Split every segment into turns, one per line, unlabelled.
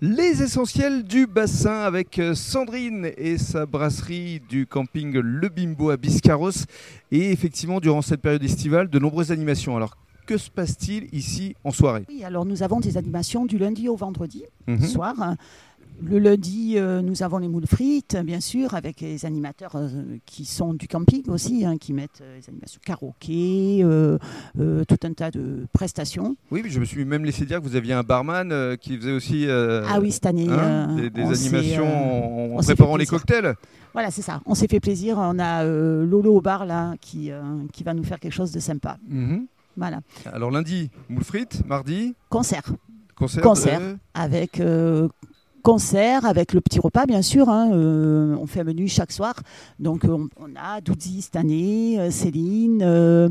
Les essentiels du bassin avec euh, Sandrine et sa brasserie du camping Le Bimbo à Biscarros. Et effectivement, durant cette période estivale, de nombreuses animations. Alors, que se passe-t-il ici en soirée
Oui, alors nous avons des animations du lundi au vendredi
Mhm.
soir. Le lundi, euh, nous avons les moules frites, bien sûr, avec les animateurs euh, qui sont du camping aussi, hein, qui mettent euh, les animations karaoké, euh, euh, tout un tas de prestations.
Oui, mais je me suis même laissé dire que vous aviez un barman euh, qui faisait aussi euh,
ah oui, cette année,
hein,
euh,
des, des
on s'est,
animations
euh,
en- en,
on s'est fait
préparant les
plaisir.
cocktails.
Voilà, c'est ça. On s'est fait plaisir. On a euh, Lolo au bar là qui, euh, qui va nous faire quelque chose de sympa.
Mhm.
Voilà.
Alors lundi, moules frites, mardi,
Concert
concert.
Concert.
de-
avec euh, concert, avec le petit repas bien sûr. hein. Euh, on fait un menu chaque soir. Donc euh, on, on a Doudi cette année, euh, Céline euh,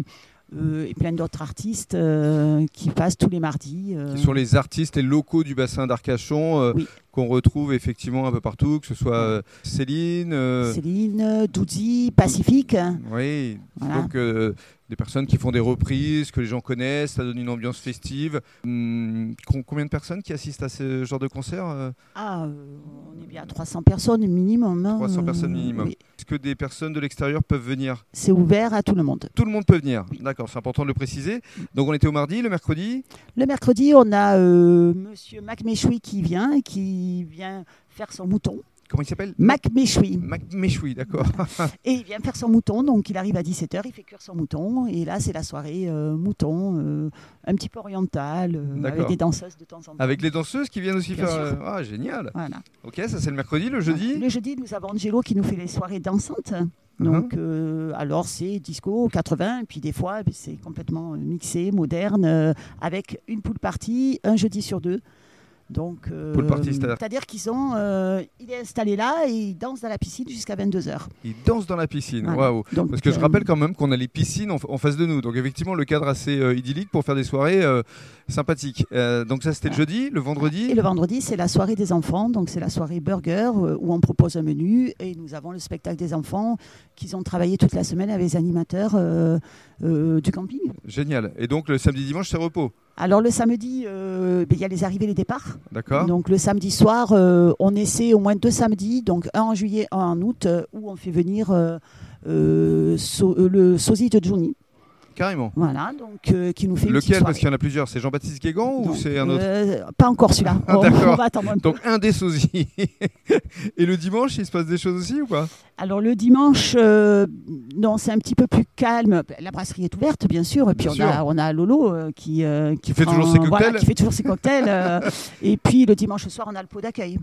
euh, et plein d'autres artistes euh, qui passent tous les mardis. euh.
qui sont les artistes et locaux du bassin d'Arcachon euh,
Oui.
qu'on retrouve effectivement un peu partout, que ce soit euh, Céline, euh,
Céline, Doudi, Pacifique. hein.
oui,
Voilà.
donc euh, des personnes qui font des reprises que les gens connaissent, ça donne une ambiance festive. Hum, com- combien de personnes qui assistent à ce genre de concert euh
Ah, euh, on est bien à 300 personnes minimum. hein.
300 personnes minimum.
oui.
Est-ce que des personnes de l'extérieur peuvent venir
C'est ouvert à tout le monde.
Tout le monde peut venir.
Oui.
D'accord, c'est important de le préciser. Donc on était au mardi, le mercredi.
Le mercredi, on a euh, Monsieur Mac Méchoui qui vient, qui vient faire son mouton.
Comment il s'appelle
Mac Méchoui.
Mac Méchoui, d'accord.
Et il vient faire son mouton, donc il arrive à 17h, il fait cuire son mouton. Et là, c'est la soirée euh, mouton, euh, un petit peu orientale, euh,
D'accord.
avec des danseuses de temps en temps.
Avec les danseuses qui viennent aussi
Bien
faire.
sûr. Ah,
euh, Ah, génial.
Voilà.
Ok, ça c'est le mercredi. Le jeudi Uh-huh.
Le jeudi, nous avons Angelo qui nous fait les soirées dansantes. Donc, euh, alors c'est disco 80, et puis des fois, eh bien, c'est complètement euh, mixé, moderne, euh, avec une pool party un jeudi sur deux. Donc, euh,
Pool party, c'est-à-dire
c'est-à-dire qu'ils ont, euh, il est installé là et il danse dans la piscine jusqu'à 22 h
Ils dansent dans la piscine.
Voilà.
Waouh. Parce
euh,
que je rappelle quand même qu'on a les piscines en, en face de nous. Donc effectivement, le cadre assez euh, idyllique pour faire des soirées euh, sympathiques. Euh, donc ça, c'était le jeudi, le vendredi.
Et le vendredi, c'est la soirée des enfants, donc c'est la soirée burger euh, où on propose un menu et nous avons le spectacle des enfants qu'ils ont travaillé toute la semaine avec les animateurs euh, euh, du camping.
Génial. Et donc le samedi, dimanche, c'est repos.
Alors le samedi, euh, ben, il y a les arrivées et les départs.
D'accord
Donc le samedi soir, euh, on essaie au moins deux samedis, donc un en juillet, un en août, euh, où on fait venir euh, euh, so- euh, le sosie de Johnny.
Carrément.
Voilà, donc euh, qui nous fait une petite
Lequel Parce
soirée.
qu'il y en a plusieurs. C'est Jean-Baptiste Guégan ou
Donc,
c'est un autre
euh, Pas encore celui-là.
Ah,
on,
d'accord.
on va attendre un peu.
Donc un des sosies. Et le dimanche, il se passe des choses aussi ou pas
Alors le dimanche, euh, non, c'est un petit peu plus calme. La brasserie est ouverte, bien sûr. Et puis
Bien
on a,
sûr.
on a Lolo euh, qui, euh,
Qui fait toujours ses
voilà,
cocktails.
qui fait toujours ses cocktails. euh, et puis le dimanche soir, on a le pot d'accueil.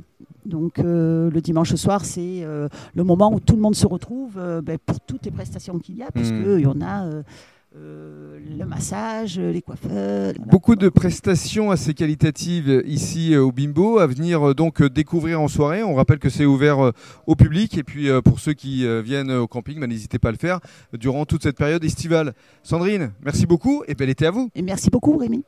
Donc euh, le dimanche soir, c'est euh, le moment où tout le monde se retrouve euh, ben, pour toutes les prestations qu'il y a, puisque
Hmm.
il y en a. euh, euh, le massage, les coiffeurs. voilà.
Beaucoup de prestations assez qualitatives ici euh, au Bimbo à venir euh, donc euh, découvrir en soirée. On rappelle que c'est ouvert euh, au public et puis euh, pour ceux qui euh, viennent au camping, bah, n'hésitez pas à le faire durant toute cette période estivale. Sandrine, merci beaucoup et belle été à vous.
Et merci beaucoup, Rémi.